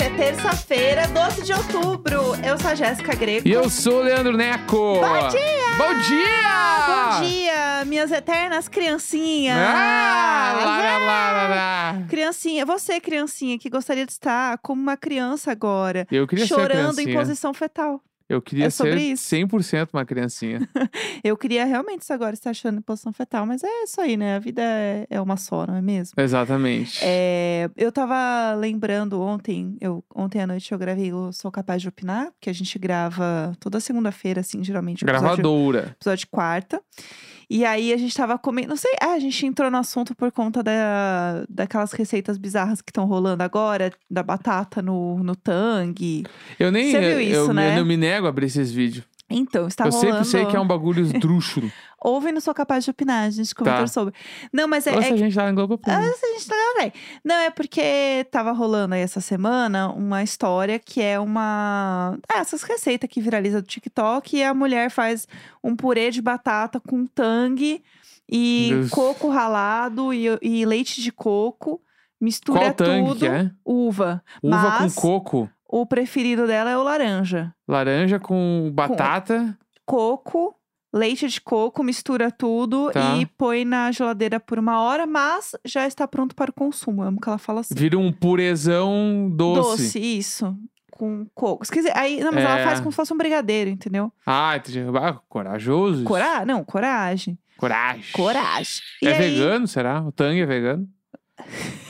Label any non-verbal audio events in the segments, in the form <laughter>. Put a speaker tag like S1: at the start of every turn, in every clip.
S1: é terça-feira, 12 de outubro. Eu sou a Jéssica Greco.
S2: E eu sou o Leandro Neco.
S1: Bom dia!
S2: Bom dia!
S1: Bom dia, minhas eternas criancinhas!
S2: Ah, lá, lá, lá, lá, lá.
S1: Criancinha, você, criancinha, que gostaria de estar como uma criança agora,
S2: Eu queria
S1: chorando
S2: ser
S1: em
S2: criancinha.
S1: posição fetal.
S2: Eu queria
S1: É
S2: ser
S1: sobre isso?
S2: 100%
S1: <laughs>
S2: uma criancinha.
S1: Eu queria realmente isso agora, estar achando em posição fetal, mas é isso aí, né? A vida é- é uma só, não é mesmo?
S2: Exatamente.
S1: É, eu tava lembrando ontem, eu, ontem à noite eu gravei o Sou Capaz de Opinar, que a gente grava toda segunda-feira, assim, geralmente. o episódio-
S2: Gravadora.
S1: episódio quarta. E aí a gente tava comendo, não sei, ah, a gente entrou no assunto por conta da, daquelas receitas bizarras que estão rolando agora, da batata no, no tangue.
S2: Eu nem.
S1: Você viu
S2: eu,
S1: isso,
S2: eu,
S1: né?
S2: eu não me nego a abrir esses vídeos.
S1: Então, está
S2: eu
S1: rolando.
S2: sempre sei que é um bagulho
S1: <laughs>
S2: esdrúxulo.
S1: Ouve não sou capaz de opinar, a gente comentou
S2: Tá.
S1: sobre. Não, mas é,
S2: Ou
S1: é
S2: se a gente tá na Globo
S1: Ah, se a gente tá velho. Não, é porque tava rolando aí essa semana uma história que é uma. Ah, essas receitas que viraliza do TikTok e a mulher faz um purê de batata com tangue e
S2: Deus.
S1: coco ralado e, e leite de coco. Mistura
S2: Qual tanque
S1: tudo.
S2: que é?
S1: Uva.
S2: Uva
S1: Mas
S2: com coco,
S1: o preferido dela é o laranja.
S2: laranja com batata.
S1: Coco. Leite de coco, mistura tudo
S2: Tá.
S1: e põe na geladeira por uma hora, mas já está pronto para o consumo. Eu amo que ela fala assim.
S2: Vira um purezão doce.
S1: isso. Com coco. Esqueci. Aí, não, mas ela
S2: É.
S1: faz como se fosse um brigadeiro, entendeu?
S2: Ah, entendi. Ah, corajoso. isso.
S1: Coragem? Não, coragem.
S2: Coragem.
S1: Coragem. E
S2: É
S1: aí,
S2: vegano, será? O Tang é vegano?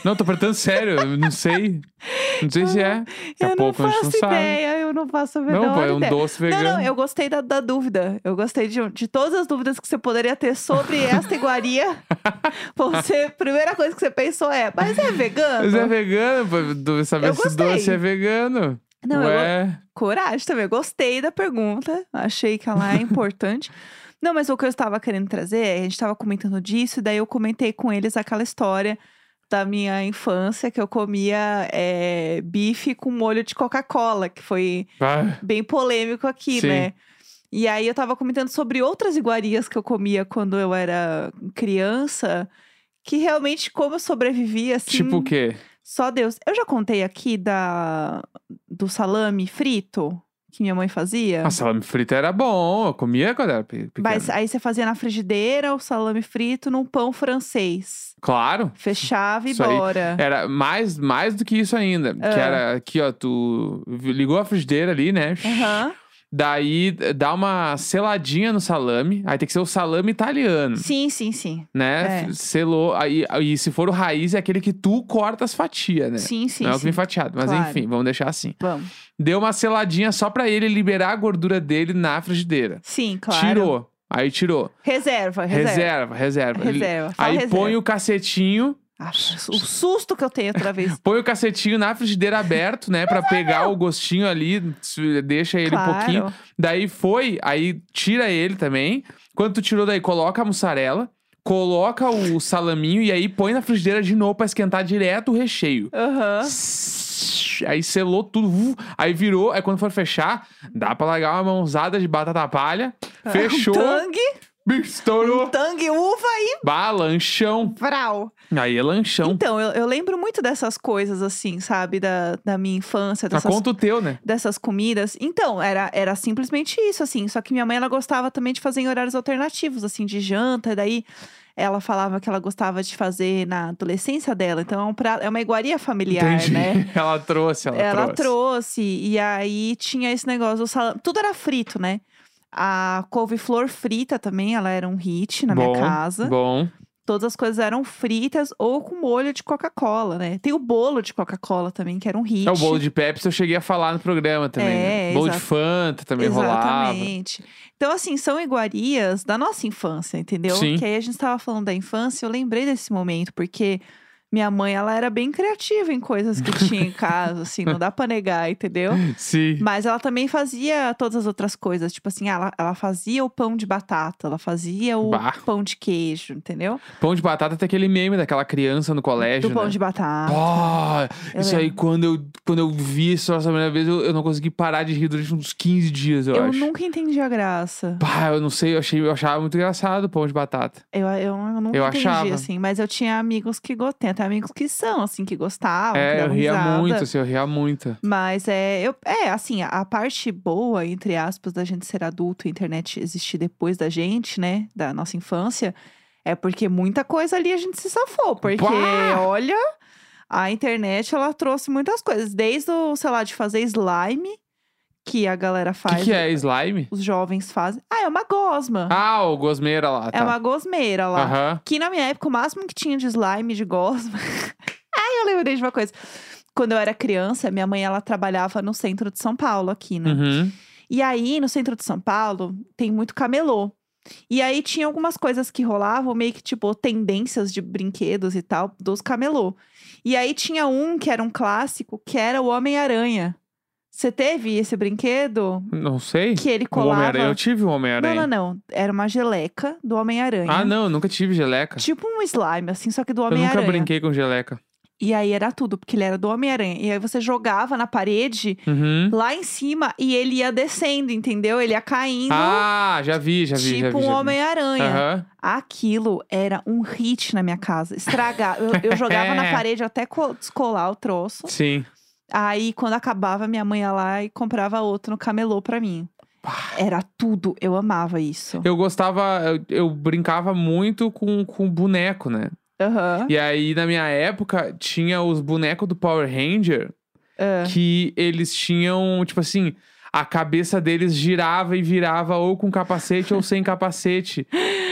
S2: Não, tô perguntando sério, eu não sei. Não sei
S1: Ah,
S2: se é. Daqui a
S1: Eu não
S2: pouco a gente
S1: faço
S2: não sabe.
S1: ideia, eu não faço a menor
S2: não, pô, é um
S1: ideia.
S2: doce
S1: Não,
S2: vegano.
S1: não, eu gostei da, da dúvida. Eu gostei de, de todas as dúvidas que você poderia ter sobre esta
S2: <laughs>
S1: iguaria. Você, a primeira coisa que você pensou é, mas é vegano?
S2: Mas é vegano, pra do- saber
S1: Eu
S2: se o
S1: gostei.
S2: doce é vegano.
S1: Não, eu,
S2: Ué,
S1: Coragem também. Gostei da pergunta. Achei que ela é
S2: <laughs>
S1: importante. Não, mas o que eu estava querendo trazer é, a gente estava comentando disso, e daí eu comentei com eles aquela história da minha infância que eu comia é, bife com molho de Coca-Cola, que foi
S2: vai.
S1: bem polêmico aqui,
S2: Sim.
S1: né? E aí eu tava comentando sobre outras iguarias que eu comia quando eu era criança, que realmente como eu sobrevivia assim.
S2: tipo o quê?
S1: Só Deus. Eu já contei aqui da do salame frito que minha mãe fazia.
S2: Ah, salame frito era bom, eu comia quando era pe- pequeno.
S1: Mas aí você fazia na frigideira o salame frito num pão francês.
S2: Claro.
S1: Fechava e
S2: Isso aí. é
S1: bora.
S2: Era mais, mais do que isso ainda. Que
S1: Ah.
S2: era aqui, ó, tu ligou a frigideira ali, né?
S1: Aham.
S2: Daí eh, dá uma seladinha no salame. Aí tem que ser o salame italiano.
S1: Sim, sim, sim.
S2: né?
S1: É.
S2: Selou. Aí, e se for o raiz, é aquele que tu corta as fatias, né?
S1: Sim, sim.
S2: Não é o que
S1: sim.
S2: vem fatiado, mas
S1: Claro.
S2: enfim, vamos deixar assim.
S1: Vamos.
S2: Deu uma seladinha só pra ele liberar a gordura dele na frigideira.
S1: Sim, claro.
S2: Tirou. Aí tirou.
S1: Reserva, reserva.
S2: Reserva, reserva.
S1: Reserva. Fala
S2: Aí
S1: reserva.
S2: põe o cacetinho,
S1: Ah, o susto que eu tenho outra vez.
S2: põe o cacetinho na frigideira aberto, né? Pra pegar o gostinho ali, se- deixa <laughs> ele
S1: claro.
S2: um pouquinho. Daí foi, aí tira ele também. Quando tu tirou daí, coloca a mussarela, coloca o salaminho e aí põe na frigideira de novo pra esquentar direto o recheio.
S1: Aham.
S2: Aí selou tudo, vu, aí virou, aí quando for fechar, dá pra largar uma mãozada de batata palha. Fechou,
S1: Um tangue, um
S2: <laughs> estourou,
S1: tangue, uva e
S2: balanchão.
S1: vral.
S2: Aí é lanchão.
S1: Então, eu, eu lembro muito dessas coisas, assim, sabe? Da, da minha infância,
S2: Tá
S1: dessas,
S2: conta o teu, né?
S1: dessas comidas. Então, era, era simplesmente isso, assim. Só que minha mãe, ela gostava também de fazer em horários alternativos, assim, de janta. E daí, ela falava que ela gostava de fazer na adolescência dela. Então, é, um pra- é uma iguaria familiar,
S2: Entendi.
S1: né?
S2: Ela trouxe, <laughs> ela,
S1: Ela
S2: trouxe.
S1: trouxe. E aí, tinha esse negócio do salame. Tudo era frito, né? A couve-flor frita também, ela era um hit na
S2: bom,
S1: minha casa
S2: Bom.
S1: todas as coisas eram fritas ou com molho de Coca-Cola, né? Tem o bolo de Coca-Cola também, que era um hit.
S2: É o bolo de Pepsi, eu cheguei a falar no programa também.
S1: É,
S2: né? Bolo de
S1: exato.
S2: Fanta também rolava.
S1: Exatamente. Então, assim, são iguarias da nossa infância, entendeu?
S2: Sim.
S1: Que aí a gente estava falando da infância, eu lembrei desse momento, porque minha mãe, ela era bem criativa em coisas que tinha em casa, assim, não dá pra negar, entendeu?
S2: Sim.
S1: Mas ela também fazia todas as outras coisas, tipo assim, ela, ela fazia o pão de batata, ela fazia o
S2: Bah.
S1: pão de queijo, entendeu?
S2: Pão de batata tem aquele meme daquela criança no colégio.
S1: Do pão
S2: né?
S1: de batata. É
S2: Ah,
S1: Eu
S2: isso aí, quando eu, quando eu vi isso essa primeira vez, eu, eu não consegui parar de rir durante uns 15 dias, eu,
S1: eu
S2: acho.
S1: nunca entendi a graça.
S2: Pá, eu não sei, eu, achei, eu achava muito engraçado o pão de batata.
S1: Eu, eu, não
S2: Eu
S1: entendi,
S2: achava.
S1: assim, mas eu tinha amigos que gostavam. tem amigos que são, assim, que gostavam. que
S2: É, eu
S1: davam
S2: ria
S1: risada.
S2: muito, assim, eu ria muito.
S1: Mas é, eu, é assim, a- a parte boa, entre aspas, da gente ser adulto e a internet existir depois da gente, né? Da nossa infância, é porque muita coisa ali a gente se safou. Porque,
S2: Bah!
S1: olha, a internet ela trouxe muitas coisas. Desde o, sei lá, de fazer slime, que a galera
S2: O
S1: faz.
S2: que, que é slime?
S1: Os jovens fazem. Ah, é uma gosma.
S2: Ah, o Gosmeira lá.
S1: É
S2: tá.
S1: uma gosmeira lá.
S2: Aham.
S1: Que na minha época, o máximo que tinha de slime, de gosma. <laughs> Ai, eu lembrei de uma coisa. Quando eu era criança, minha mãe ela trabalhava no centro de São Paulo, aqui, né?
S2: Uhum.
S1: E aí, no centro de São Paulo, tem muito camelô. E aí tinha algumas coisas que rolavam, meio que tipo tendências de brinquedos e tal, dos camelô. E aí tinha um que era um clássico, que era o Homem-Aranha. Você teve esse brinquedo?
S2: Não sei.
S1: Que ele
S2: O
S1: colava.
S2: Homem-Aranha. Eu tive o
S1: não, não,
S2: Homem-Aranha.
S1: não. Era uma geleca do Homem-Aranha.
S2: Ah, não, eu nunca tive geleca.
S1: Tipo um slime, assim, só que do
S2: Eu nunca
S1: Homem-Aranha.
S2: brinquei com geleca.
S1: E aí era tudo, porque ele era do Homem-Aranha. E aí você jogava na parede,
S2: Uhum.
S1: lá em cima, e ele ia descendo, entendeu? Ele ia caindo,
S2: Ah, já vi, já vi. já
S1: tipo
S2: vi, já
S1: um
S2: vi.
S1: Homem-Aranha.
S2: Aham.
S1: Aquilo era um hit na minha casa. Estragar. Eu, eu jogava
S2: <laughs> É.
S1: na parede até co- descolar o troço.
S2: Sim.
S1: Aí, quando acabava, minha mãe ia lá e comprava outro no camelô pra mim. Era tudo. Eu amava isso.
S2: Eu gostava, eu, eu brincava muito com, com boneco, né?
S1: Aham.
S2: E aí, na minha época, tinha os bonecos do Power Ranger Ah.
S1: É.
S2: que eles tinham, tipo assim, a cabeça deles girava e virava ou com capacete ou sem capacete.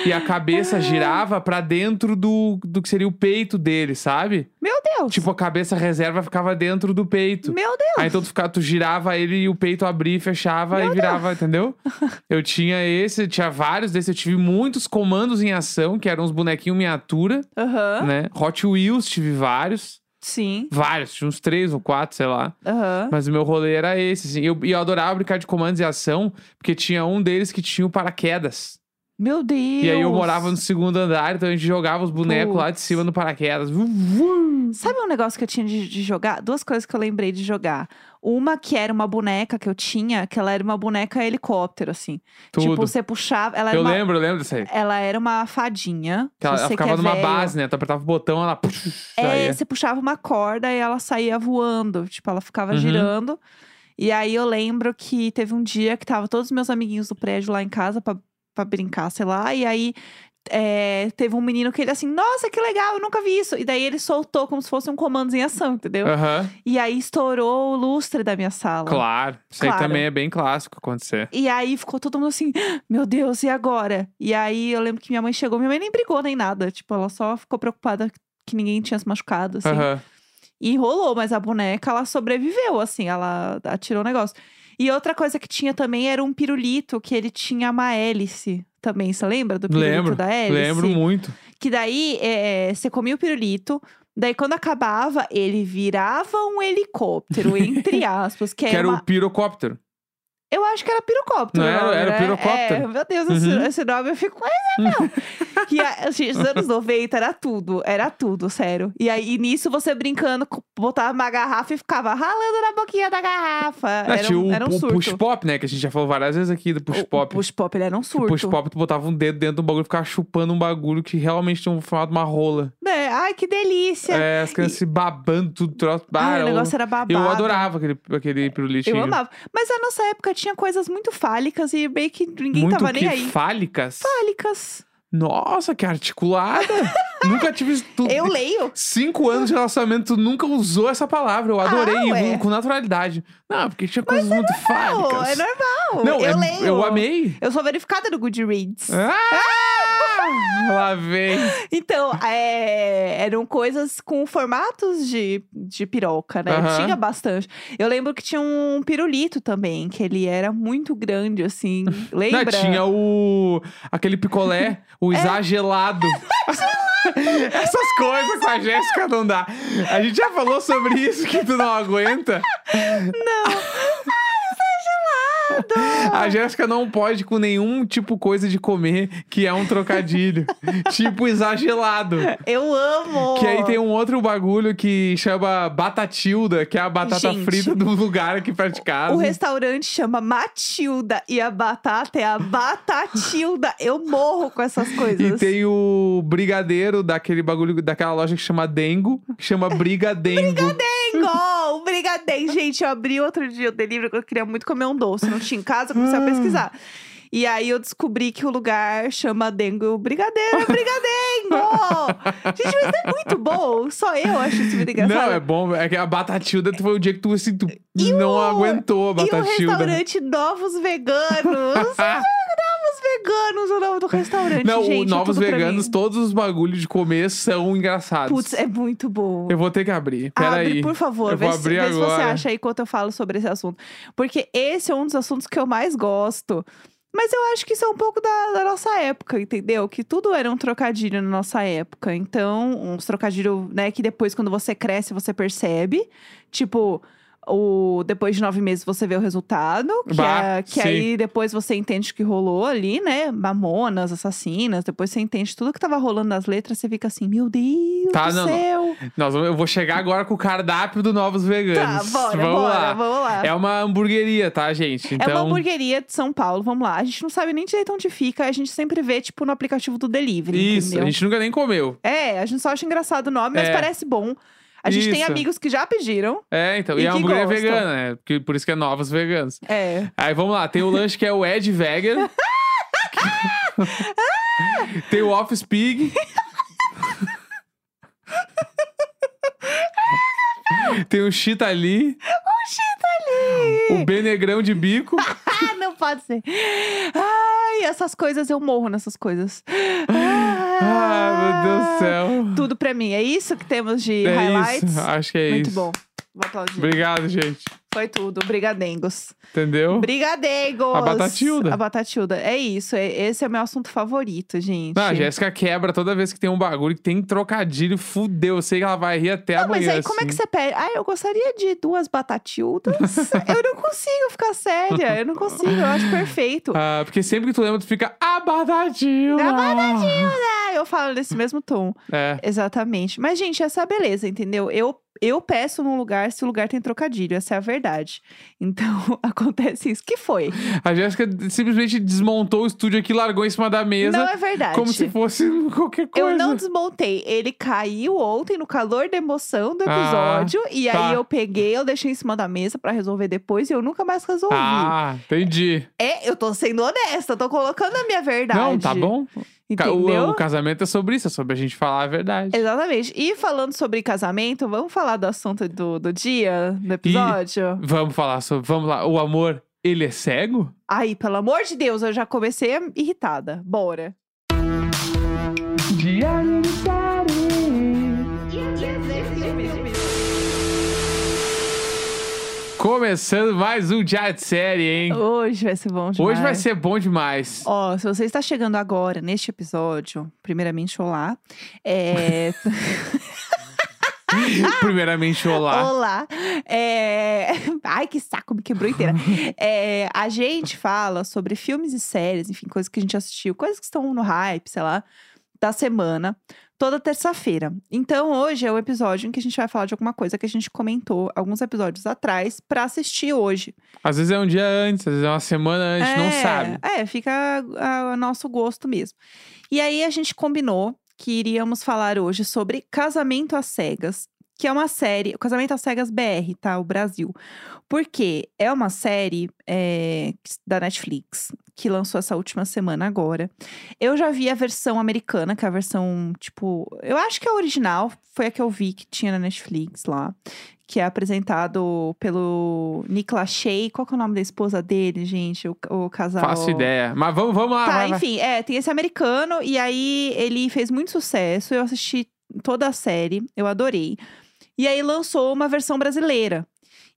S2: E a <laughs> cabeça girava pra dentro do, do que seria o peito dele, sabe?
S1: Meu Deus!
S2: Tipo, a cabeça reserva ficava dentro do peito.
S1: Meu Deus!
S2: <laughs> Aí então tu, ficava, tu girava ele e o peito abria e fechava
S1: Meu
S2: e virava, entendeu?
S1: <laughs>
S2: Eu tinha esse, eu tinha vários desses. Eu tive muitos comandos em ação, que eram uns bonequinhos miniatura,
S1: Aham.
S2: né? Hot Wheels tive vários.
S1: Sim.
S2: Vários, tinha uns três ou quatro, sei lá.
S1: Aham.
S2: Mas o meu rolê era esse, assim. Eu- E eu, adorava brincar de comandos em ação, porque tinha um deles que tinha o paraquedas.
S1: Meu Deus!
S2: E aí eu morava no segundo andar, então a gente jogava os bonecos lá de
S1: Putz.
S2: cima no paraquedas. Vu, vu.
S1: Sabe um negócio que eu tinha de, de jogar? Duas coisas que eu lembrei de jogar. Uma que era uma boneca que eu tinha, que ela era uma boneca helicóptero, assim.
S2: Tudo.
S1: Tipo, você puxava. Ela era,
S2: eu
S1: uma,
S2: lembro, eu lembro disso aí.
S1: ela era uma fadinha.
S2: Que ela,
S1: se
S2: ela
S1: você que
S2: ficava
S1: é
S2: numa
S1: velho.
S2: base, né? Tu apertava o botão, ela.
S1: É,
S2: saía.
S1: você puxava uma corda e ela saía voando. Tipo, ela ficava
S2: Uhum.
S1: girando. E aí eu lembro que teve um dia que tava todos os meus amiguinhos do prédio lá em casa pra, pra brincar, sei lá. E aí é, teve um menino que ele assim, nossa, que legal, eu nunca vi isso. E daí ele soltou como se fosse um comando em ação, entendeu? Então,
S2: Aham,
S1: E aí estourou o lustre da minha sala.
S2: claro. Isso aí
S1: Claro.
S2: também é bem clássico acontecer.
S1: E aí ficou todo mundo assim, "Ah, meu Deus, e agora? E aí eu lembro que minha mãe chegou, minha mãe nem brigou nem nada. Tipo, ela só ficou preocupada que ninguém tinha se machucado, assim.
S2: Aham.
S1: E rolou, mas a boneca, ela sobreviveu, assim, ela atirou o negócio. E outra coisa que tinha também era um pirulito, que ele tinha uma hélice também. Você lembra do pirulito
S2: Lembro,
S1: da hélice?
S2: Lembro muito.
S1: Que daí é, você comia o pirulito, daí quando acabava, ele virava um
S2: <laughs>
S1: helicóptero, entre aspas, que,
S2: Que
S1: era
S2: era
S1: uma
S2: o pirocóptero.
S1: eu acho que era pirocóptero.
S2: Não
S1: o
S2: era?
S1: nome,
S2: Era
S1: né?
S2: pirocóptero.
S1: É, meu Deus, esse,
S2: Uhum.
S1: esse nome eu fico, mas é não.
S2: <laughs>
S1: e a, gente, os anos 90 era tudo, era tudo, sério. E aí e nisso você brincando, co- botava uma garrafa e ficava ralando na boquinha da garrafa.
S2: Ah,
S1: Era
S2: tinha
S1: um,
S2: o,
S1: era um
S2: o
S1: surto.
S2: push pop, né? Que a gente já falou várias vezes aqui do push
S1: O-
S2: pop.
S1: O push pop, ele era um
S2: Que
S1: surto.
S2: push pop, tu botava um dedo dentro do bagulho e ficava chupando um bagulho que realmente tinha um formato de uma rola.
S1: Né? Ai, que delícia.
S2: É, as crianças se babando, tudo troço.
S1: Ai,
S2: Ah,
S1: o negócio
S2: eu,
S1: era babado. É,
S2: eu adorava aquele, aquele pirulitinho.
S1: Eu amava. Mas a nossa época tinha coisas muito fálicas e meio que ninguém
S2: Muito
S1: tava
S2: que
S1: nem aí.
S2: fálicas.
S1: Fálicas.
S2: Nossa,
S1: <laughs>
S2: que articulada. nunca tive isso tudo.
S1: Eu leio.
S2: Cinco anos de relacionamento, tu nunca usou essa palavra. Eu adorei, e
S1: Ah, ué.
S2: com, com naturalidade. Não, porque tinha coisas muito
S1: Pô,
S2: fálicas.
S1: é normal.
S2: Não,
S1: eu
S2: é-
S1: leio.
S2: Eu amei.
S1: Eu sou verificada no Goodreads.
S2: É. Ah! Lá vem.
S1: <laughs> Então, é, eram coisas com formatos de, de piroca, né?
S2: Aham.
S1: Tinha bastante. Eu lembro que tinha um pirulito também, que ele era muito grande, assim. Lembra?
S2: <laughs>
S1: É.
S2: Não, tinha o. aquele picolé, o exagelado.
S1: <laughs>
S2: Essas coisas com a Jéssica não dá. A gente já
S1: Ah,
S2: falou sobre isso que tu não aguenta.
S1: Não! Ai,
S2: A Jéssica não pode com nenhum tipo coisa de comer que é um trocadilho.
S1: <laughs>
S2: tipo exagerado.
S1: Eu amo!
S2: um Que aí tem um outro bagulho que chama batatilda, que é a batata
S1: Gente.
S2: frita do lugar aqui perto de casa.
S1: O restaurante chama Matilda e a batata é a Batatilda. Eu morro com essas coisas.
S2: E tem o brigadeiro daquele bagulho, daquela loja que chama Dengo,
S1: <laughs>
S2: que chama Brigadengo.
S1: Brigadengo! Um brigadengo. Gente, eu abri outro dia o delivery que eu queria muito comer um doce. Não tinha em casa, eu comecei a
S2: Hum.
S1: pesquisar. E aí eu descobri que o lugar chama Dengo Brigadeiro. É Brigadengo!
S2: <laughs>
S1: Gente, mas é muito bom. Só eu acho isso muito engraçado.
S2: Não, é bom. É que a Batatilda foi o dia que tu, assim, tu não
S1: o-
S2: aguentou a
S1: E o
S2: Batatilda.
S1: restaurante Novos
S2: <laughs>
S1: Veganos. Novos Veganos, o nome do restaurante,
S2: Não,
S1: gente. é
S2: o Novos
S1: tudo pra mim.
S2: Veganos, todos os bagulhos de comer são engraçados.
S1: Putz, é muito bom.
S2: Eu vou ter que abrir.
S1: Abre,
S2: Peraí.
S1: por favor,
S2: Eu vou
S1: vê, se-
S2: abrir
S1: vê se você
S2: agora.
S1: acha aí enquanto eu falo sobre esse assunto. Porque esse é um dos assuntos que eu mais gosto. Mas eu acho que isso é um pouco da, da nossa época, entendeu? Que tudo era um trocadilho na nossa época. Então, uns trocadilhos, né, que depois, quando você cresce, você percebe. Tipo, o, depois de nove meses você vê o resultado. Que,
S2: Bah,
S1: é- que
S2: sim.
S1: aí depois você entende o que rolou ali, né? Mamonas, assassinas, depois você entende tudo que tava rolando nas letras, você fica assim, meu Deus
S2: Tá,
S1: do
S2: não, não.
S1: céu!
S2: Nós vamos- eu vou chegar agora com o cardápio do Novos
S1: Tá,
S2: Veganos.
S1: bora,
S2: vamos
S1: bora,
S2: lá.
S1: vamos lá.
S2: É uma hamburgueria, tá, gente?
S1: É
S2: Então,
S1: uma hamburgueria de São Paulo, vamos lá. A gente não sabe nem direito onde fica, a gente sempre vê, tipo, no aplicativo do delivery,
S2: isso,
S1: entendeu?
S2: a gente nunca nem comeu.
S1: É, a gente só acha engraçado o nome, mas
S2: É.
S1: parece bom. A gente tem
S2: Isso.
S1: amigos que já pediram.
S2: É, então. E,
S1: E
S2: a
S1: que
S2: hamburgueria é
S1: gostam.
S2: vegana, né? Porque- Por isso que é Novos Veganos. <laughs>
S1: É.
S2: Aí vamos lá, tem o lanche que é o Ed
S1: <laughs>
S2: Vegan. tem o Office Pig. tem o Chita Lee,
S1: Oxi, tá ali!
S2: o Benegrão de Bico.
S1: Ah, não pode ser. Ai, essas coisas, eu morro nessas coisas. Ah,
S2: Ai, Ah, meu Deus do céu.
S1: Tudo pra mim. É isso que temos de
S2: é
S1: highlights?
S2: isso, acho que é
S1: Muito
S2: isso.
S1: bom. Vou aplaudir.
S2: Obrigado, gente.
S1: Foi tudo. Brigadengos.
S2: Entendeu?
S1: Brigadengos!
S2: Oh. A batatilda.
S1: A batatilda. É isso. é- esse é o meu assunto favorito, gente.
S2: Não, a Jéssica quebra toda vez que tem um bagulho que tem trocadilho, fudeu. Eu sei que ela vai rir até
S1: Não,
S2: amanhã.
S1: mas aí como é que
S2: assim.
S1: você pede? Ah, eu gostaria de duas
S2: <laughs>
S1: batatildas. eu não consigo ficar séria. Eu não consigo. Eu acho
S2: <laughs>
S1: perfeito.
S2: Ah, porque sempre que tu lembra, tu fica abadadilda.
S1: Abadadilda! Ah, eu falo nesse mesmo tom.
S2: É.
S1: Exatamente. Mas, gente, essa é a beleza, entendeu? Eu, eu peço num lugar se o lugar tem trocadilho. Essa é a verdade. Então, <laughs> acontece isso. Que foi?
S2: A Jéssica simplesmente desmontou o estúdio aqui, largou em cima da mesa.
S1: não é verdade.
S2: como se fosse <laughs> qualquer coisa.
S1: Eu não desmontei. Ele caiu ontem no calor da emoção do episódio. e aí
S2: Ah, tá.
S1: eu peguei, eu deixei em cima da mesa pra resolver depois e eu nunca mais resolvi.
S2: Ah, entendi.
S1: É, eu tô sendo honesta, eu tô colocando a minha verdade.
S2: Não, tá bom. Ca-
S1: Entendeu?
S2: O, o casamento é sobre isso, é sobre a gente falar a verdade.
S1: Exatamente. E falando sobre casamento, vamos falar do assunto do, do dia, do episódio?
S2: Vamos falar sobre. Vamos lá. O amor, ele é cego?
S1: Ai, pelo amor de Deus, eu já comecei irritada. Bora.
S2: Diário do Começando mais um Diário de Série, hein?
S1: Hoje vai ser bom demais.
S2: Hoje vai ser bom demais.
S1: Ó, se você está chegando agora neste episódio, primeiramente, olá.
S2: <laughs>
S1: É,
S2: Primeiramente,
S1: <laughs>
S2: olá.
S1: Olá. É, <laughs> Ai, que saco, me quebrou inteira. É, A gente fala sobre filmes e séries, enfim, coisas que a gente assistiu, coisas que estão no hype, sei lá, da semana, toda terça-feira. Então, hoje é o episódio em que a gente vai falar de alguma coisa que a gente comentou alguns episódios atrás pra assistir hoje.
S2: Às vezes é um dia antes, às vezes é uma semana antes, não
S1: É,
S2: sabe.
S1: É, fica a, a nosso gosto mesmo. E aí a gente combinou que iríamos falar hoje sobre Casamento às Cegas, que é uma série, o Casamento às Cegas BR, tá? O Brasil. Porque é uma série é, da Netflix, que lançou essa última semana agora. Eu já vi a versão americana, que é a versão, tipo, eu acho que é a original, foi a que eu vi que tinha na Netflix lá. Que é apresentado pelo Nick Lachey. Qual que é o nome da esposa dele, gente? O, o casal.
S2: Faço ideia. Mas vamos, vamos lá.
S1: Tá,
S2: vai, vai.
S1: enfim, é, tem esse americano, e aí ele fez muito sucesso. Eu assisti toda a série, eu adorei. E aí lançou uma versão brasileira.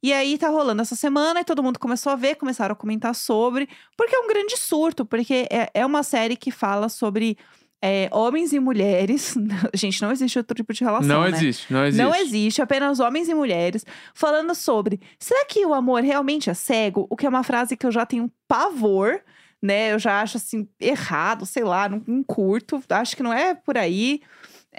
S1: E aí tá rolando essa semana e todo mundo começou a ver, começaram a comentar sobre, porque é um grande surto, porque é, é uma série que fala sobre é, homens e mulheres. <laughs> Gente, não existe outro tipo de relação.
S2: não,
S1: né?
S2: existe, não existe,
S1: Não existe, apenas homens e mulheres falando sobre será que o amor realmente é cego? O que é uma frase que eu já tenho pavor, né? Eu já acho assim, errado, sei lá, não, não curto, acho que não é por aí.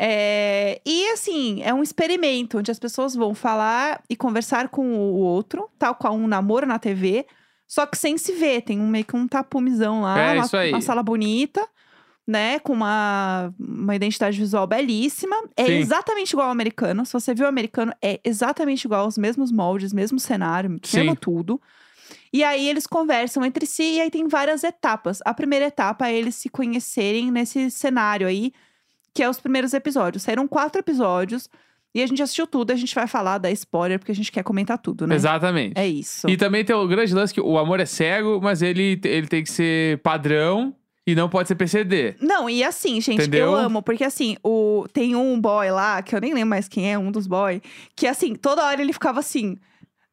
S1: É, E assim, é um experimento onde as pessoas vão falar e conversar com o outro, tal qual um namoro na TV, só que sem se ver, tem um meio que um tapumizão lá,
S2: É,
S1: uma-
S2: isso aí.
S1: uma sala bonita né? Com uma, uma identidade visual belíssima. É
S2: Sim.
S1: exatamente igual ao americano. Se você viu o americano, é exatamente igual, os mesmos moldes, mesmo cenário, mesmo
S2: Sim.
S1: tudo. E aí eles conversam entre si, e aí tem várias etapas. A primeira etapa é eles se conhecerem nesse cenário aí, que é os primeiros episódios. Saíram quatro episódios. E a gente assistiu tudo, a gente vai falar da spoiler, porque a gente quer comentar tudo, né?
S2: Exatamente.
S1: É isso.
S2: E também tem o grande lance que o amor é cego, mas ele, ele tem que ser padrão e não pode ser PCD.
S1: Não, e assim, gente,
S2: Entendeu?
S1: eu amo, porque assim, o, tem um boy lá, que eu nem lembro mais quem é, um dos boy, que assim, toda hora ele ficava assim.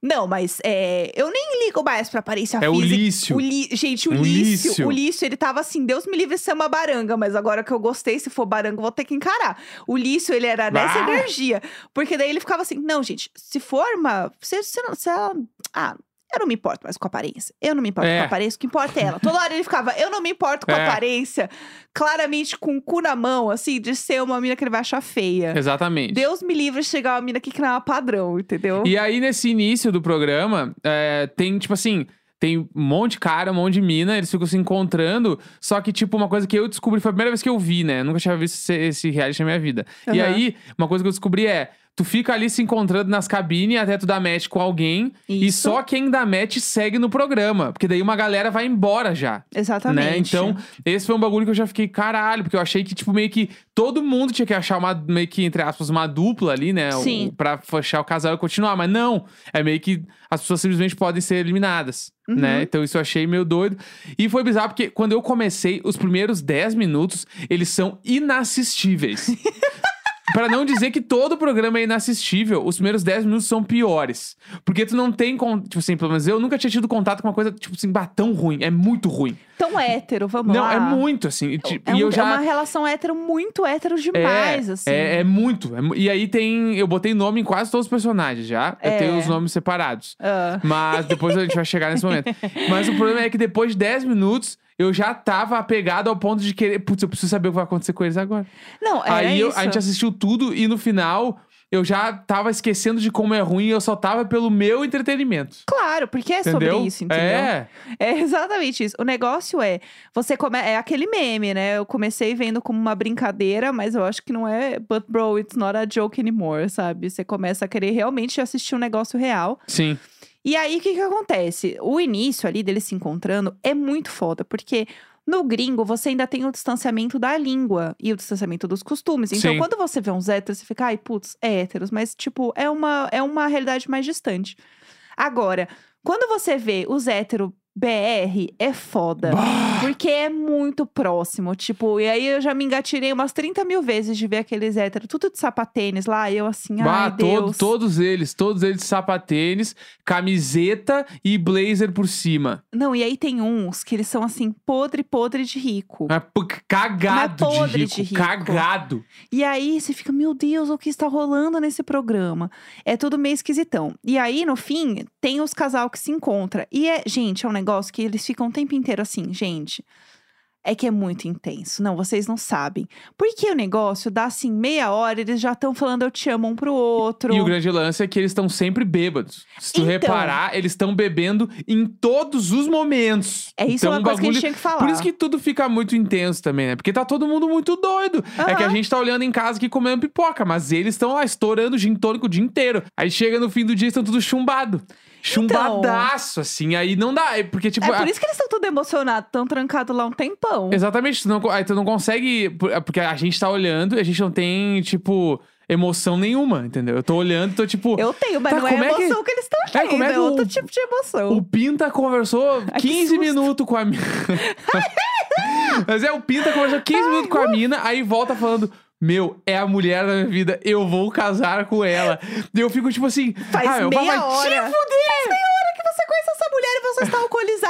S1: Não, mas é, eu nem ligo mais pra aparência
S2: É o
S1: física.
S2: lício.
S1: O Li- Gente, o
S2: O
S1: Lício,
S2: Lício.
S1: o Lício, ele tava assim, Deus me livre de ser uma baranga, mas agora que eu gostei, se for baranga, eu vou ter que encarar. O Lício, ele era nessa
S2: Ah!
S1: energia. Porque daí ele ficava assim, não, gente, se for uma... Se, se, não- se ela... Ah, eu não me importo mais com a aparência. Eu não me importo
S2: É.
S1: com a aparência, o que importa é ela. Toda hora ele ficava, eu não me importo com a
S2: É.
S1: aparência. Claramente com o cu na mão, assim, de ser uma mina que ele vai achar feia.
S2: Exatamente.
S1: Deus me livre de chegar uma mina aqui que não é uma padrão, entendeu?
S2: E aí, nesse início do programa, é, tem, tipo assim, tem um monte de cara, um monte de mina, eles ficam se encontrando. Só que, tipo, uma coisa que eu descobri, foi a primeira vez que eu vi, né? Eu nunca tinha visto esse, esse reality na minha vida. E
S1: Aham.
S2: aí, uma coisa que eu descobri é. Tu fica ali se encontrando nas cabines até tu dar match com alguém. E
S1: Isso.
S2: só quem dá match segue no programa. Porque daí uma galera vai embora já.
S1: Exatamente.
S2: Né? Então, esse foi um bagulho que eu já fiquei, caralho, porque eu achei que, tipo, meio que todo mundo tinha que achar uma, meio que, entre aspas, uma dupla ali, né? O-
S1: Sim.
S2: pra fechar o casal e continuar. Mas não, é meio que as pessoas simplesmente podem ser eliminadas,
S1: Uhum.
S2: né? Então, isso eu achei meio doido. E foi bizarro, porque quando eu comecei, os primeiros 10 minutos, eles são
S1: <laughs>
S2: inassistíveis. Pra não dizer que todo programa é inassistível, os primeiros 10 minutos são piores. Porque tu não tem. con- Tipo assim, pelo menos eu nunca tinha tido contato com uma coisa, tipo assim, bah, tão ruim. É muito ruim.
S1: Tão hétero, vamos
S2: Não,
S1: lá.
S2: é muito, assim. E, tipo,
S1: É,
S2: e
S1: um-
S2: eu
S1: é
S2: já.
S1: uma relação hétero muito hétero demais, assim.
S2: é, é muito. É mu- e aí tem. Eu botei nome em quase todos os personagens já.
S1: É.
S2: Eu tenho os nomes separados.
S1: Ah,
S2: Mas depois a gente vai chegar nesse momento. Mas o problema é que depois de 10 minutos. Eu já tava apegado ao ponto de querer. Putz, eu preciso saber o que vai acontecer com eles agora.
S1: Não, era
S2: aí eu-
S1: isso.
S2: a gente assistiu tudo e no final eu já tava esquecendo de como é ruim e eu só tava pelo meu entretenimento.
S1: Claro, porque é
S2: entendeu?
S1: sobre isso, entendeu?
S2: É,
S1: É exatamente isso. O negócio é, você come... é aquele meme, né? Eu comecei vendo como uma brincadeira, mas eu acho que não é, but bro, it's not a joke anymore, sabe? Você começa a querer realmente assistir um negócio real.
S2: sim.
S1: E aí o que que acontece? O início ali deles se encontrando é muito foda, porque no gringo você ainda tem o distanciamento da língua e o distanciamento dos costumes. Então
S2: Sim.
S1: quando você vê uns héteros, você fica, ai, putz, é héteros, mas tipo, é uma é uma realidade mais distante. Agora, quando você vê os héteros BR, é foda.
S2: Bah!
S1: Porque é muito próximo, tipo, e aí eu já me engatirei umas 30 mil vezes de ver aqueles héteros, tudo de sapatênis lá, e eu assim,
S2: Bah,
S1: ai,
S2: todo-
S1: Deus.
S2: todos eles, todos eles de sapatênis, camiseta e blazer por cima.
S1: Não, e aí tem uns que eles são assim, podre, podre de rico.
S2: Mas, pô, Cagado
S1: Mas
S2: de
S1: podre
S2: rico,
S1: de rico.
S2: Cagado.
S1: E aí você fica, meu Deus, o que está rolando nesse programa? É tudo meio esquisitão. E aí, no fim, tem os casal que se encontra. E é, gente, é um negócio que eles ficam o tempo inteiro assim, gente. É que é muito intenso. Não, vocês não sabem. Porque o negócio dá assim meia hora, eles já estão falando eu te amo um pro outro.
S2: E o grande lance é que eles estão sempre bêbados. Se tu
S1: Então.
S2: reparar, eles estão bebendo em todos os momentos.
S1: É isso é
S2: então,
S1: uma
S2: um
S1: coisa que a gente
S2: bagulho-
S1: tinha que falar.
S2: Por isso que tudo fica muito intenso também, né? Porque tá todo mundo muito doido. É que a
S1: Aham.
S2: gente tá olhando em casa aqui comendo pipoca, mas eles estão lá estourando gin tônico o dia inteiro. Aí chega no fim do dia, estão tudo chumbado. Chumbadaço, assim. Aí não dá. é Porque, tipo,
S1: Então. É
S2: a-
S1: por isso que eles estão tudo emocionados, estão trancados lá um tempão.
S2: Exatamente, tu não, co- aí tu não consegue. por- é Porque a gente tá olhando e a gente não tem, tipo, emoção nenhuma, entendeu? Eu tô olhando e tô tipo.
S1: Eu tenho, mas
S2: Tá,
S1: não é a
S2: como é que-
S1: emoção que, eles estão
S2: É,
S1: tendo.
S2: como é
S1: É,
S2: que o-
S1: outro tipo de emoção.
S2: O Pinta conversou
S1: Ai, que
S2: 15
S1: susto.
S2: minutos com
S1: <laughs>
S2: a mina. Mas é, o Pinta conversou 15 minutos com a mina, aí volta falando. Meu, é a mulher da minha vida, eu vou casar com ela. E eu fico tipo assim.
S1: Faz
S2: ah, meu,
S1: meia
S2: vai- vai
S1: hora.
S2: te
S1: Faz meia hora que você conhece essa mulher e você está alcoolizado.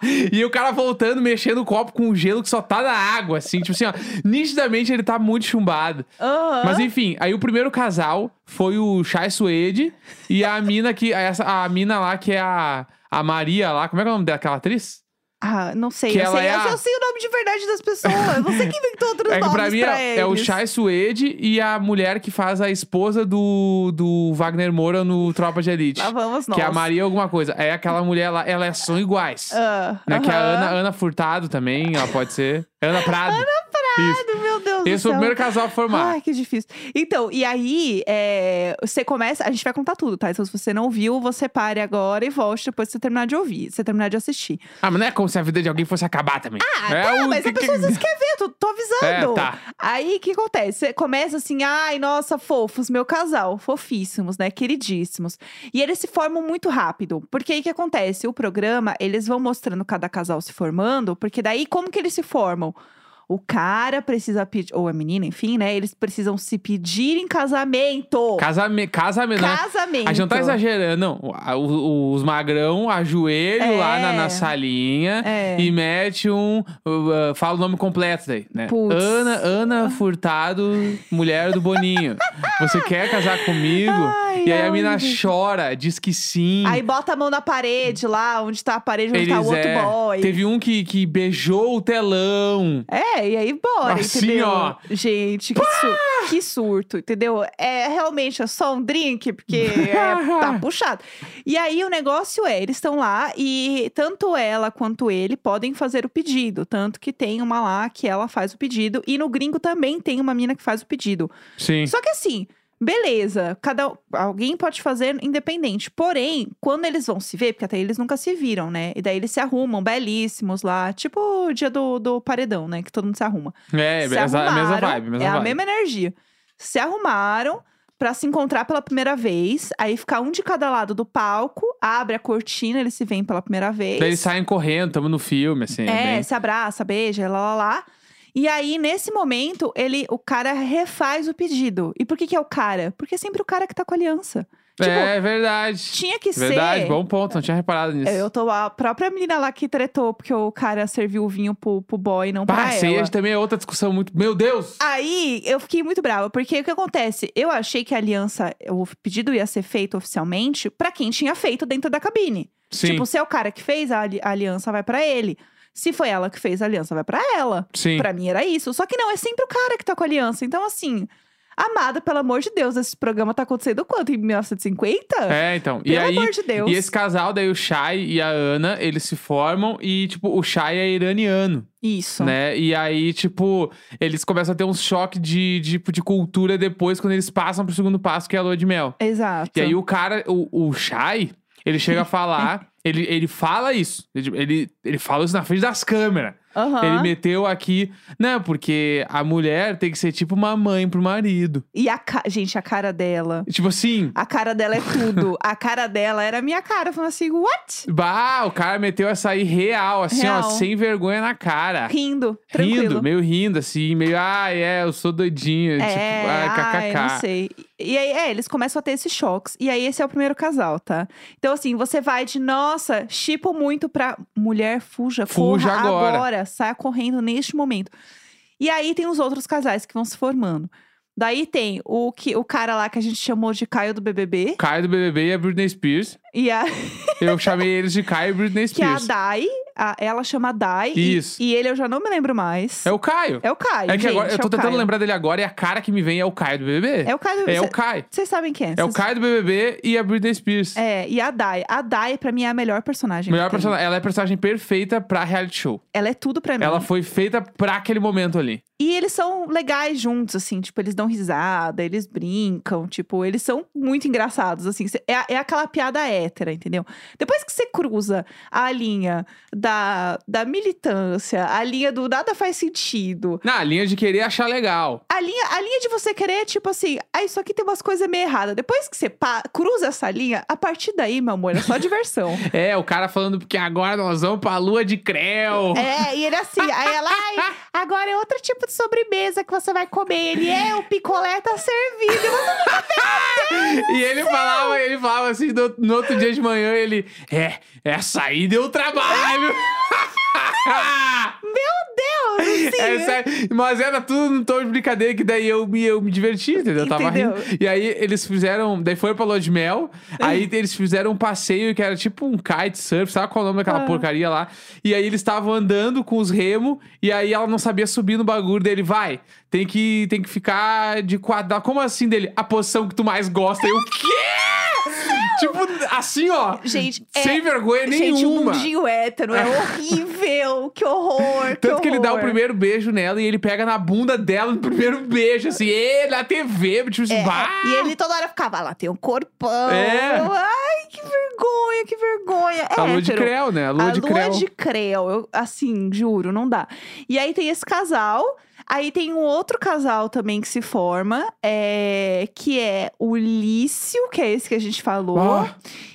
S1: errado!
S2: <laughs> E o cara voltando, mexendo o copo com o gelo que só tá na água, assim. Tipo assim, ó. Nitidamente ele tá muito chumbado.
S1: Aham.
S2: Mas enfim, aí o primeiro casal foi o Chai Suede e a mina que. Essa, a mina lá que é a, a Maria lá. Como é que é o nome daquela atriz?
S1: Ah, não sei.
S2: Que
S1: Eu,
S2: ela
S1: sei
S2: é
S1: eu,
S2: a-
S1: só sei o nome de verdade das pessoas. Você que inventou outros
S2: <laughs> É que
S1: nomes
S2: pra mim é, é o
S1: eles.
S2: Chai Suede e a mulher que faz a esposa do, do Wagner Moura no Tropa de Elite.
S1: Lá vamos nós.
S2: Que é a Maria alguma coisa. É aquela mulher lá, elas são iguais.
S1: Ah,
S2: né? Que a
S1: aham.
S2: Ana, Ana Furtado também, ela pode ser. Ana Prado. Ana Prado! Isso.
S1: Meu Deus do
S2: Esse
S1: céu.
S2: foi o primeiro casal a formar.
S1: Ai, que difícil. Então, e aí, é, você começa. A gente vai contar tudo, tá? Então, se você não ouviu, você pare agora e volte depois que você terminar de ouvir, você terminar de assistir.
S2: Ah, mas não é como se a vida de alguém fosse acabar também.
S1: Ah,
S2: é
S1: tá,
S2: o
S1: mas
S2: que-
S1: a pessoa às
S2: que- <laughs>
S1: vezes quer ver, tô, tô avisando.
S2: É, tá.
S1: Aí, o que acontece? Você começa assim, ai, nossa, fofos, meu casal, fofíssimos, né, queridíssimos. E eles se formam muito rápido, porque aí o que acontece? O programa, eles vão mostrando cada casal se formando, porque daí, como que eles se formam? O cara precisa pedir, ou a menina, enfim, né, eles precisam se pedir em casamento.
S2: Casame- Casamento. né?
S1: Casamento.
S2: A gente não tá exagerando, não. O- o- Os magrão ajoelho
S1: É.
S2: lá na, na salinha
S1: É.
S2: e mete um. uh, uh, fala o nome completo daí, né?
S1: Putz.
S2: Ana, Ana Furtado, mulher do Boninho. Você quer casar comigo?
S1: Ai,
S2: e aí a
S1: ai,
S2: mina
S1: gente.
S2: chora, diz que sim.
S1: Aí bota a mão na parede lá, onde tá a parede, onde
S2: Eles
S1: tá o outro
S2: é,
S1: boy.
S2: Teve um que, que beijou o telão.
S1: É, e aí bora,
S2: Assim,
S1: entendeu?
S2: ó.
S1: Gente, que, su- que surto, entendeu? É realmente é só um drink,
S2: <laughs>
S1: porque é- tá puxado. E aí o negócio é, eles estão lá e tanto ela quanto ele podem fazer o pedido. Tanto que tem uma lá que ela faz o pedido. E no gringo também tem uma mina que faz o pedido.
S2: Sim.
S1: Só que assim, beleza, cada um, alguém pode fazer independente. Porém, quando eles vão se ver, porque até aí eles nunca se viram, né? E daí eles se arrumam belíssimos lá, tipo o dia do, do paredão, né? Que todo mundo se arruma.
S2: É,
S1: se
S2: é essa- a mesma
S1: arrumaram,
S2: vibe. Mesma
S1: é
S2: vibe.
S1: a mesma energia. Se arrumaram pra se encontrar pela primeira vez, aí fica um de cada lado do palco, abre a cortina, eles se veem pela primeira vez.
S2: Daí eles saem correndo, tamo no filme, assim.
S1: É,
S2: bem-
S1: se abraça, beija, lá, lá, lá. E aí, nesse momento, ele, o cara refaz o pedido. E por que que é o cara? Porque é sempre o cara que tá com a aliança. Tipo,
S2: é verdade.
S1: tinha que
S2: Verdade,
S1: ser...
S2: bom ponto, não tinha reparado nisso.
S1: Eu tô a própria menina lá que tretou, porque o cara serviu o vinho pro, pro boy, não pra
S2: Pá, isso aí
S1: ela. Ah,
S2: também é outra discussão muito. Meu Deus!
S1: Aí eu fiquei muito brava, porque o que acontece? Eu achei que a aliança, o pedido ia ser feito oficialmente pra quem tinha feito dentro da cabine.
S2: sim,
S1: Tipo, se é o cara que fez, a ali- a aliança vai pra ele. Se foi ela que fez, a aliança vai pra ela.
S2: sim.
S1: Pra mim era isso. Só que não, é sempre o cara que tá com a aliança. Então, assim, amada, pelo amor de Deus, esse programa tá acontecendo quanto? Em 1950?
S2: É, então.
S1: Pelo
S2: e aí.
S1: amor de Deus.
S2: E esse casal, daí o Shai e a Ana, eles se formam e, tipo, o Shai é iraniano,
S1: Isso.
S2: né? E aí, tipo, eles começam a ter um choque de, de, tipo, de cultura depois, quando eles passam pro segundo passo, que é a lua de mel.
S1: Exato.
S2: E aí o cara, o, o Shai,
S1: <laughs>
S2: ele chega a falar, ele, ele fala isso. Ele, ele fala isso na frente das câmeras.
S1: Aham.
S2: Ele meteu aqui, né? Porque a mulher tem que ser tipo uma mãe pro marido.
S1: E a ca... gente, a cara dela.
S2: E, Tipo assim,
S1: A cara dela é tudo. a cara dela era a minha cara. Eu falei assim, what?
S2: bah, o cara meteu essa aí real, assim, ó,
S1: Real.
S2: sem vergonha na cara.
S1: Rindo, tranquilo.
S2: Ah, Rindo, meio rindo, assim, meio, ah, é, eu sou doidinho.
S1: É,
S2: tipo, ai,
S1: ai,
S2: kkk.
S1: não sei. E aí, é, eles começam a ter esses choques. E aí, esse é o primeiro casal, tá? Então, assim, você vai de, nossa, chipo muito pra mulher, fuja,
S2: Fuja
S1: corra
S2: agora."
S1: saia correndo neste momento. E aí, tem os outros casais que vão se formando. Daí tem o, que, o cara lá que a gente chamou de Caio do BBB.
S2: Caio do BBB e a Britney Spears.
S1: E a, <laughs>
S2: Eu chamei eles de Caio e Britney
S1: que é a
S2: Spears.
S1: Dai. a- ela chama Dai.
S2: Isso.
S1: E, e ele eu já não me lembro mais.
S2: É o Caio.
S1: É o Caio.
S2: É que
S1: gente,
S2: agora, eu
S1: é
S2: tô
S1: o
S2: tentando
S1: Caio.
S2: lembrar dele agora e a cara que me vem é o Caio do BBB.
S1: É o Caio do
S2: É o
S1: BBB.
S2: Caio.
S1: Vocês sabem quem é.
S2: É o
S1: cês-
S2: Caio do BBB e a Britney Spears.
S1: É, e a Dai. A Dai, pra mim, é a melhor personagem.
S2: Melhor
S1: que tem.
S2: personagem. Ela é a personagem perfeita pra reality show.
S1: Ela é tudo pra mim.
S2: Ela foi feita pra aquele momento ali.
S1: E eles são legais juntos, assim. Tipo, eles dão risada, eles brincam. Tipo, eles são muito engraçados, assim. cê- É, a- é aquela piada hétera, entendeu? Depois que você cruza a linha da, da militância, a linha do nada faz sentido...
S2: Na linha de querer achar legal.
S1: A linha, a linha de você querer, tipo assim, ah, isso aqui tem umas coisas meio erradas. Depois que você pa- cruza essa linha, a partir daí, meu amor, é só
S2: <laughs>
S1: diversão.
S2: É, o cara falando porque agora nós vamos pra lua de creu. <laughs>
S1: É, e ele assim, aí ela, ai, agora é outro tipo de sobremesa que você vai comer? Ele é o picolé tá servido. <laughs>
S2: E ele falava, ele falava assim, no, no outro dia de manhã, ele. É, essa aí deu trabalho! <laughs>
S1: Meu Deus, assim,
S2: É sério. Mas era tudo num tom de brincadeira que daí eu me, eu me diverti, entendeu? Eu tava
S1: Entendeu. Ah.
S2: rindo. E aí eles fizeram. Daí foi pra Lua de Mel. aí eles fizeram um passeio que era tipo um kite surf, sabe qual é o nome daquela
S1: Ah.
S2: porcaria lá? E aí eles estavam andando com os remos. E aí ela não sabia subir no bagulho dele. Vai, tem que, tem que ficar de quadrado. Como assim dele? A posição que tu mais gosta. Eu, o quê? Tipo, assim, ó.
S1: Gente, é-
S2: Sem vergonha
S1: Gente, o
S2: nenhuma. Ah.
S1: mundinho hétero é horrível. que horror.
S2: Tanto que ele dá o
S1: horror.
S2: primeiro beijo nela e ele pega na bunda dela no primeiro beijo, assim, e na TV, tipo assim,
S1: É,
S2: bah!
S1: E ele toda hora ficava lá, tem um corpão.
S2: É.
S1: Ai, que vergonha, que vergonha. É
S2: A lua de
S1: hétero.
S2: Creu, né? A lua
S1: A
S2: de Creu.
S1: de Creu, eu, assim, juro, não dá. E aí tem esse casal, aí tem um outro casal também que se forma, é, que é o Lício, que é esse que a gente falou,
S2: Ah.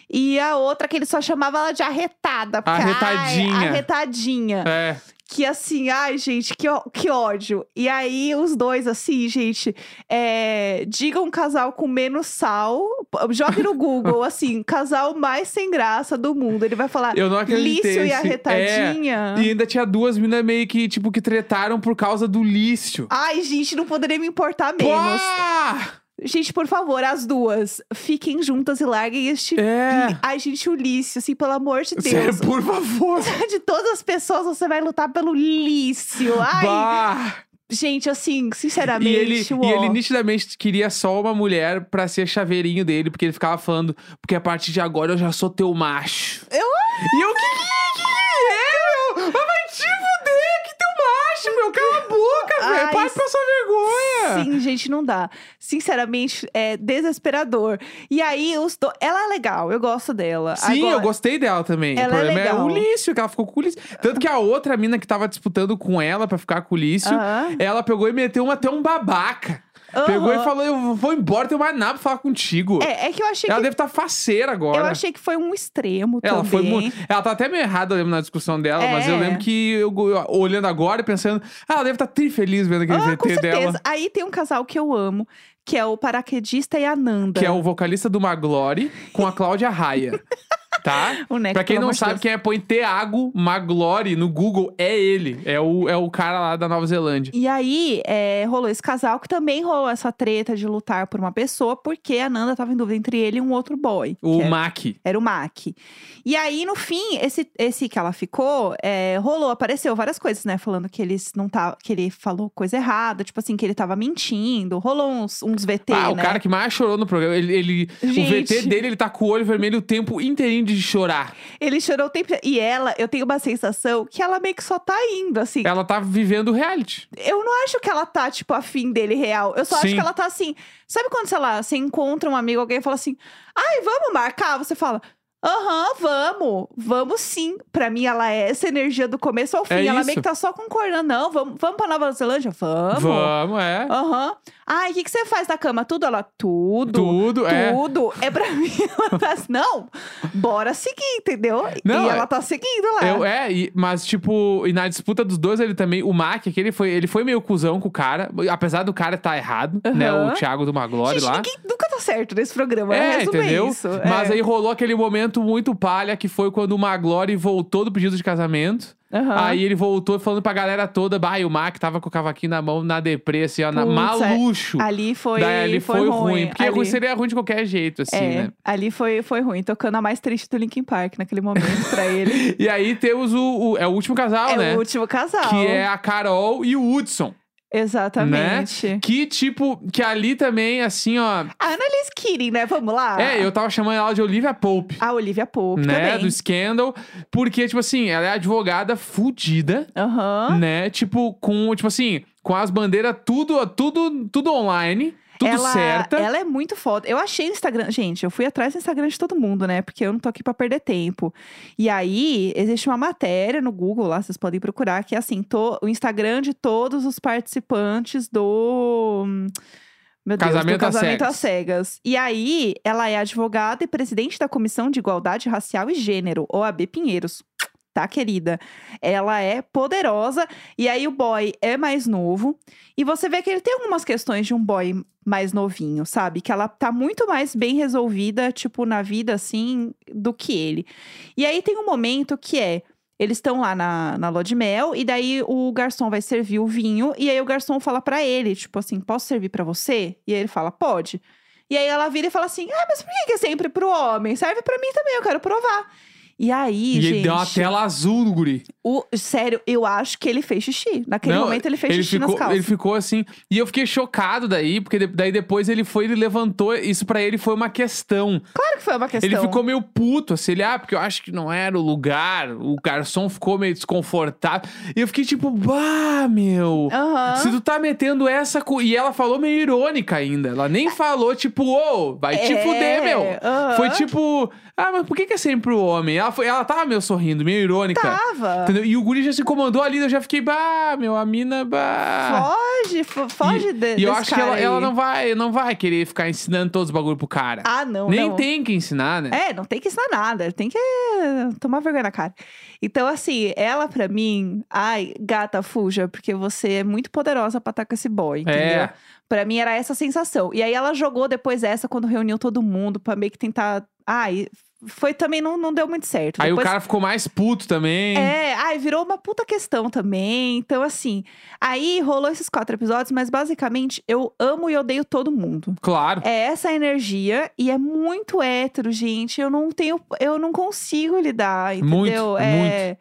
S1: e a outra que ele só chamava ela de arretada. Porque,
S2: Arretadinha.
S1: Ai, arretadinha.
S2: É.
S1: Que assim, ai, gente, que, ó- que ódio. E aí, os dois, assim, gente, é, diga um casal com menos sal. p- Jogue no
S2: <laughs>
S1: Google, assim, casal mais sem graça do mundo. Ele vai falar
S2: Eu não acreditei.
S1: Lício e
S2: assim.
S1: Arretadinha.
S2: É. E ainda tinha duas minas meio que, tipo, que tretaram por causa do Lício.
S1: Ai, gente, não poderia me importar menos.
S2: Pá!
S1: Gente, por favor, as duas, fiquem juntas e larguem este.
S2: É.
S1: Ai, gente, o Lício, assim, pelo amor de Deus.
S2: Sério, por favor.
S1: <laughs> De todas as pessoas, você vai lutar pelo Lício. Ai,
S2: Bah!
S1: gente, assim, sinceramente,
S2: E ele,
S1: ó.
S2: e ele nitidamente queria só uma mulher pra ser chaveirinho dele, porque ele ficava falando, porque a partir de agora eu já sou teu macho.
S1: Eu-
S2: E eu, que que, que que é, meu? Ah, vai te fuder, que teu macho, meu. Cala
S1: <laughs>
S2: a boca,
S1: Ai,
S2: velho. Para com essa vergonha.
S1: Sim, gente, não dá. Sinceramente, é desesperador. E aí, os do... ela é legal, eu gosto dela.
S2: Sim,
S1: Agora-
S2: eu gostei dela também.
S1: Ela
S2: o
S1: é
S2: problema é,
S1: legal.
S2: o Lício, que ela ficou com o Lício. Tanto que a outra mina que tava disputando com ela pra ficar com o Lício,
S1: Aham.
S2: ela pegou e meteu uma até um babaca.
S1: Aham.
S2: Pegou e falou: Eu vou embora, tenho mais nada pra falar contigo.
S1: É, é que eu achei
S2: Ela
S1: que.
S2: deve estar faceira agora.
S1: Eu achei que foi um extremo
S2: Ela
S1: também.
S2: foi muito. Ela tá até meio errada, eu lembro, na discussão dela, mas eu
S1: É.
S2: lembro que eu, eu olhando agora e pensando, ah, ela deve estar tri feliz vendo aquele
S1: Ah, com
S2: VT
S1: certeza.
S2: dela.
S1: Aí tem um casal que eu amo, que é o paraquedista e a Nanda.
S2: Que é o vocalista do Maglore com a
S1: <laughs>
S2: Cláudia Raia. tá?
S1: O Neco,
S2: pra quem
S1: pelo
S2: não
S1: amor de
S2: sabe,
S1: Deus.
S2: quem é põe Thiago Maglore no Google é ele. É o, é o cara lá da Nova Zelândia.
S1: E aí, é, rolou esse casal que também rolou essa treta de lutar por uma pessoa, porque a Nanda tava em dúvida entre ele e um outro boy.
S2: O
S1: que é-
S2: Mac.
S1: Era o Mac. E aí, no fim, esse, esse que ela ficou, é, rolou, apareceu várias coisas, né? Falando que eles não tá, que ele falou coisa errada, tipo assim, que ele tava mentindo. Rolou uns, uns VT,
S2: Ah,
S1: né?
S2: o cara que mais chorou no programa. Ele, ele- o
S1: Gente.
S2: VT dele, ele tá com o olho vermelho o tempo inteirinho de chorar.
S1: Ele chorou o tempo. E ela, eu tenho uma sensação que ela meio que só tá indo, assim.
S2: Ela tá vivendo o reality.
S1: Eu não acho que ela tá, tipo, afim dele real. Eu só acho
S2: Sim.
S1: que ela tá assim. Sabe quando, sei lá, você encontra um amigo, alguém fala assim: ai, vamos marcar? Você fala. Aham, vamos, vamos sim. Pra mim, ela é essa energia do começo ao fim.
S2: É
S1: ela
S2: isso.
S1: meio que tá só concordando. Não, vamos, vamos pra Nova Zelândia? Vamos.
S2: Vamos, é.
S1: Aham. Ai, o que, que você faz na cama? Tudo? Ela, tudo.
S2: Tudo, é.
S1: Tudo. É pra <laughs> mim. Ela tá assim, não, bora seguir, entendeu?
S2: Não,
S1: e
S2: é-
S1: ela tá seguindo lá.
S2: Eu- é, e- mas tipo, e na disputa dos dois ele também, o Mac, que ele foi, ele foi meio cuzão com o cara, apesar do cara tá errado, né,
S1: Aham.
S2: o Thiago do Maglore
S1: Gente,
S2: lá.
S1: ninguém nunca tá certo nesse programa.
S2: É,
S1: Resume
S2: entendeu?
S1: isso.
S2: Mas
S1: é.
S2: aí rolou aquele momento muito palha que foi quando o Maglore voltou do pedido de casamento.
S1: Aham.
S2: Aí ele voltou falando pra galera toda, bah, e o Mac tava com o cavaquinho na mão, na deprê, assim, ó, na,
S1: Putz,
S2: maluxo.
S1: Ali foi,
S2: Daí ali foi, ruim, porque
S1: ali,
S2: ruim seria ruim de qualquer jeito, assim,
S1: é,
S2: né?
S1: ali foi, foi ruim, tocando a mais triste do Linkin Park naquele momento pra
S2: <laughs>
S1: ele.
S2: E aí temos o, o- é o último casal,
S1: é
S2: né?
S1: o último casal.
S2: Que é a Carol e o Hudson.
S1: Exatamente.
S2: Que tipo, que ali também, assim, ó.
S1: A Annalise Keating, né? Vamos lá.
S2: É, eu tava chamando ela de Olivia Pope,
S1: A Olivia Pope
S2: né?
S1: também.
S2: Do Scandal. Porque, tipo assim, ela é advogada fudida,
S1: Aham.
S2: né? Tipo, com, tipo assim, com as bandeiras tudo, tudo, tudo online, tudo
S1: ela,
S2: certa.
S1: Ela é muito foda. Eu achei o Instagram. Gente, eu fui atrás do Instagram de todo mundo, né? Porque eu não tô aqui pra perder tempo. E aí, existe uma matéria no Google lá, vocês podem procurar, que é assim: to- o Instagram de todos os participantes do. Meu Deus,
S2: Casamento
S1: do
S2: às
S1: casamento
S2: cegas.
S1: às cegas. E aí, ela é advogada e presidente da Comissão de Igualdade Racial e Gênero, OAB Pinheiros. tá, querida? Ela é poderosa. E aí o boy é mais novo. E você vê que ele tem algumas questões de um boy mais novinho, sabe? Que ela tá muito mais bem resolvida, tipo, na vida, assim, do que ele. E aí tem um momento que é. Eles estão lá na, na lua de mel, e daí o garçom vai servir o vinho, e aí o garçom fala pra ele, tipo assim, posso servir pra você? E aí ele fala, pode. E aí ela vira e fala assim, ah, mas por que que é sempre pro homem? Serve pra mim também, eu quero provar. E aí,
S2: E
S1: gente...
S2: ele deu uma tela azul no guri.
S1: O, sério, eu acho que ele fez xixi. Naquele
S2: Não,
S1: momento ele fez xixi
S2: ficou,
S1: nas calças.
S2: Ele ficou assim. E eu fiquei chocado daí, porque de- daí depois ele foi, ele levantou. Isso pra ele foi uma questão.
S1: Claro que foi uma questão.
S2: Ele ficou meio puto, assim, ele, ah, porque eu acho que não era o lugar. O garçom ficou meio desconfortável. E eu fiquei tipo, bah, meu.
S1: Aham.
S2: Se tu tá metendo essa. co- E ela falou meio irônica ainda. Ela nem falou, tipo, ô, vai te
S1: É,
S2: fuder, meu.
S1: aham.
S2: Foi tipo, ah, mas por que, que é sempre o homem? Ela, foi, ela tava meio sorrindo, meio irônica.
S1: Tava.
S2: Entendeu? E o guri já se incomodou ali, eu já fiquei, bah, meu, a mina, bah.
S1: Foge, fo- foge
S2: e,
S1: de- desse
S2: E eu acho que
S1: cara
S2: ela,
S1: aí.
S2: ela não, vai, não vai querer ficar ensinando todos os bagulho pro cara.
S1: Ah, não,
S2: Nem
S1: não.
S2: tem que ensinar, né?
S1: É, não tem que ensinar nada, tem que eh, tomar vergonha na cara. Então, assim, ela pra mim, ai, gata, fuja, porque você é muito poderosa pra estar com esse boy, entendeu?
S2: É.
S1: Pra mim era essa a sensação. E aí ela jogou depois essa quando reuniu todo mundo pra meio que tentar. Ai, foi também, não, não deu muito certo.
S2: Aí
S1: Depois-
S2: o cara ficou mais puto também.
S1: É, ai, virou uma puta questão também. Então, assim, aí rolou esses quatro episódios, mas basicamente eu amo e odeio todo mundo.
S2: Claro.
S1: É essa a energia e é muito hétero, gente. Eu não tenho, eu não consigo lidar, entendeu?
S2: Muito,
S1: é.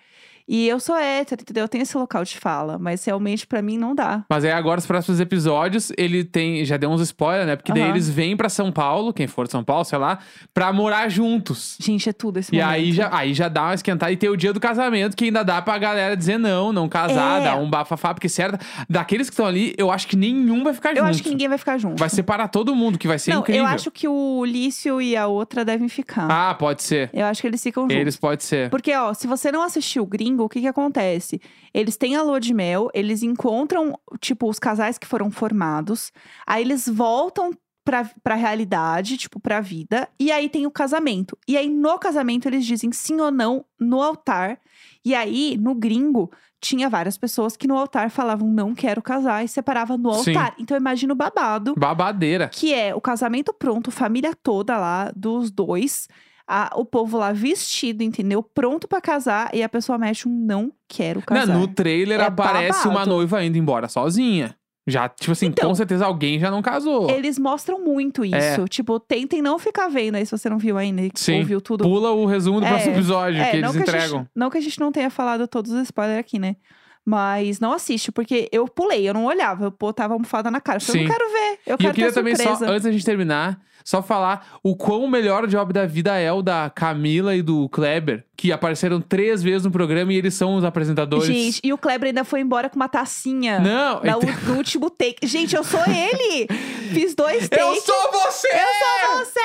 S1: E eu sou hétero, entendeu? Eu tenho esse local de fala, mas realmente pra mim não dá.
S2: Mas aí agora os próximos episódios, ele tem. Já deu uns spoilers, né? Porque daí
S1: Aham.
S2: eles vêm pra São Paulo, quem for de São Paulo, sei lá, pra morar juntos.
S1: Gente, é tudo esse
S2: E
S1: momento.
S2: aí já, aí já dá uma esquentada. E tem o dia do casamento, que ainda dá pra galera dizer não, não casar,
S1: É.
S2: dar um bafafá, porque certo, daqueles que estão ali, eu acho que nenhum vai ficar
S1: eu
S2: junto.
S1: acho que ninguém vai ficar junto.
S2: Vai separar todo mundo, que vai ser
S1: não,
S2: incrível.
S1: eu acho que o Lício e a outra devem ficar.
S2: Ah, pode ser.
S1: Eu acho que eles ficam juntos.
S2: Eles pode ser.
S1: Porque, ó, se você não assistiu o Gringo, o que que acontece? Eles têm a lua de mel, eles encontram, tipo, os casais que foram formados, aí eles voltam pra, pra realidade, tipo, pra vida, e aí tem o casamento. E aí no casamento eles dizem sim ou não no altar. E aí, no Gringo, tinha várias pessoas que no altar falavam não quero casar e separava no
S2: Sim.
S1: altar. Então, imagina o babado
S2: Babadeira.
S1: que é o casamento pronto, família toda lá dos dois, a- o povo lá vestido, entendeu? Pronto pra casar e a pessoa mexe um não quero
S2: Não,
S1: casar.
S2: no trailer
S1: É
S2: aparece uma
S1: babado.
S2: noiva indo embora sozinha. Já, tipo assim,
S1: Então.
S2: com certeza alguém já não casou.
S1: Eles mostram
S2: É.
S1: muito isso. Tipo, tentem não ficar vendo aí se você não viu ainda, e
S2: Sim.
S1: ouviu tudo.
S2: Pula o resumo do
S1: É,
S2: próximo episódio
S1: É,
S2: que
S1: não,
S2: eles
S1: que a gente-
S2: entregam.
S1: não que a gente não tenha falado todos os spoilers aqui, né? Mas não assiste, porque eu pulei, eu não olhava, eu botava almofada na cara. Eu falei,
S2: Sim.
S1: não quero ver, eu
S2: E
S1: quero
S2: eu queria
S1: ter
S2: também, só,
S1: surpresa.
S2: antes da gente terminar, só falar o quão o melhor job da vida é o da Camila e do Kleber, que apareceram três vezes no programa e eles são os apresentadores.
S1: Gente, e o Kleber ainda foi embora com uma tacinha.
S2: Não,
S1: Da,
S2: então-
S1: u- do último take. Gente, eu sou ele! Fiz dois takes.
S2: eu sou você!
S1: sou você,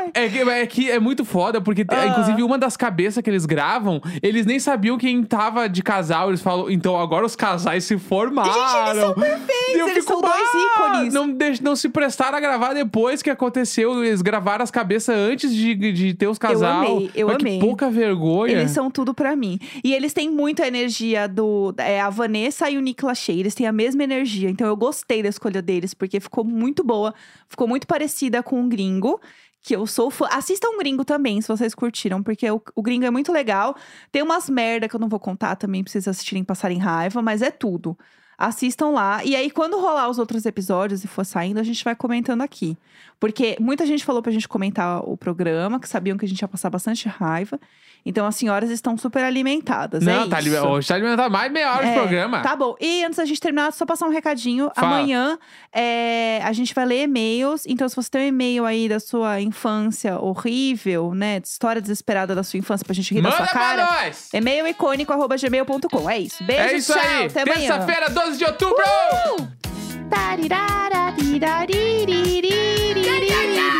S1: mãe!
S2: É que, é que é muito foda, porque, te-
S1: Ah.
S2: inclusive, uma das cabeças que eles gravam, eles nem sabiam quem tava de casal. Eles falam, então agora os casais se formaram.
S1: Gente, eles são perfeitos,
S2: E eu
S1: eles
S2: fico,
S1: são dois
S2: "Bah,
S1: ícones."
S2: Não, deixa- não se prestaram a gravar depois que aconteceu. Eles gravaram as cabeças antes de, de ter os casal.
S1: amei, eu
S2: Mas
S1: amei.
S2: Que pouca vergonha.
S1: Eles são tudo pra mim. E eles têm muita energia do. É, a Vanessa e o Nick Lachey, eles têm a mesma energia. Então eu gostei da escolha deles, porque ficou muito boa. Ficou muito parecida com o Gringo, que eu sou fã. Assistam o Gringo também, se vocês curtiram, porque o, o Gringo é muito legal. Tem umas merda que eu não vou contar também, pra vocês assistirem e passarem raiva, mas é tudo. Assistam lá. E aí, quando rolar os outros episódios e for saindo, a gente vai comentando aqui. Porque muita gente falou pra gente comentar o programa, que sabiam que a gente ia passar bastante raiva. Então, as senhoras estão super alimentadas.
S2: Não,
S1: é
S2: tá, ali-
S1: isso.
S2: hoje tá alimentando mais meia hora de
S1: É,
S2: programa.
S1: Tá bom. E antes da gente terminar, só passar um recadinho.
S2: Fala.
S1: Amanhã é, a gente vai ler e-mails. Então, se você tem um e-mail aí da sua infância horrível, né? de História desesperada da sua infância pra gente rir da
S2: Manda
S1: sua
S2: pra
S1: cara.
S2: nós!
S1: E-mail icônico arroba gmail.com. É isso. Beijo,
S2: é isso
S1: tchau.
S2: aí.
S1: Até amanhã.
S2: Terça-feira, 12 de outubro!
S1: Tarirariraririririri.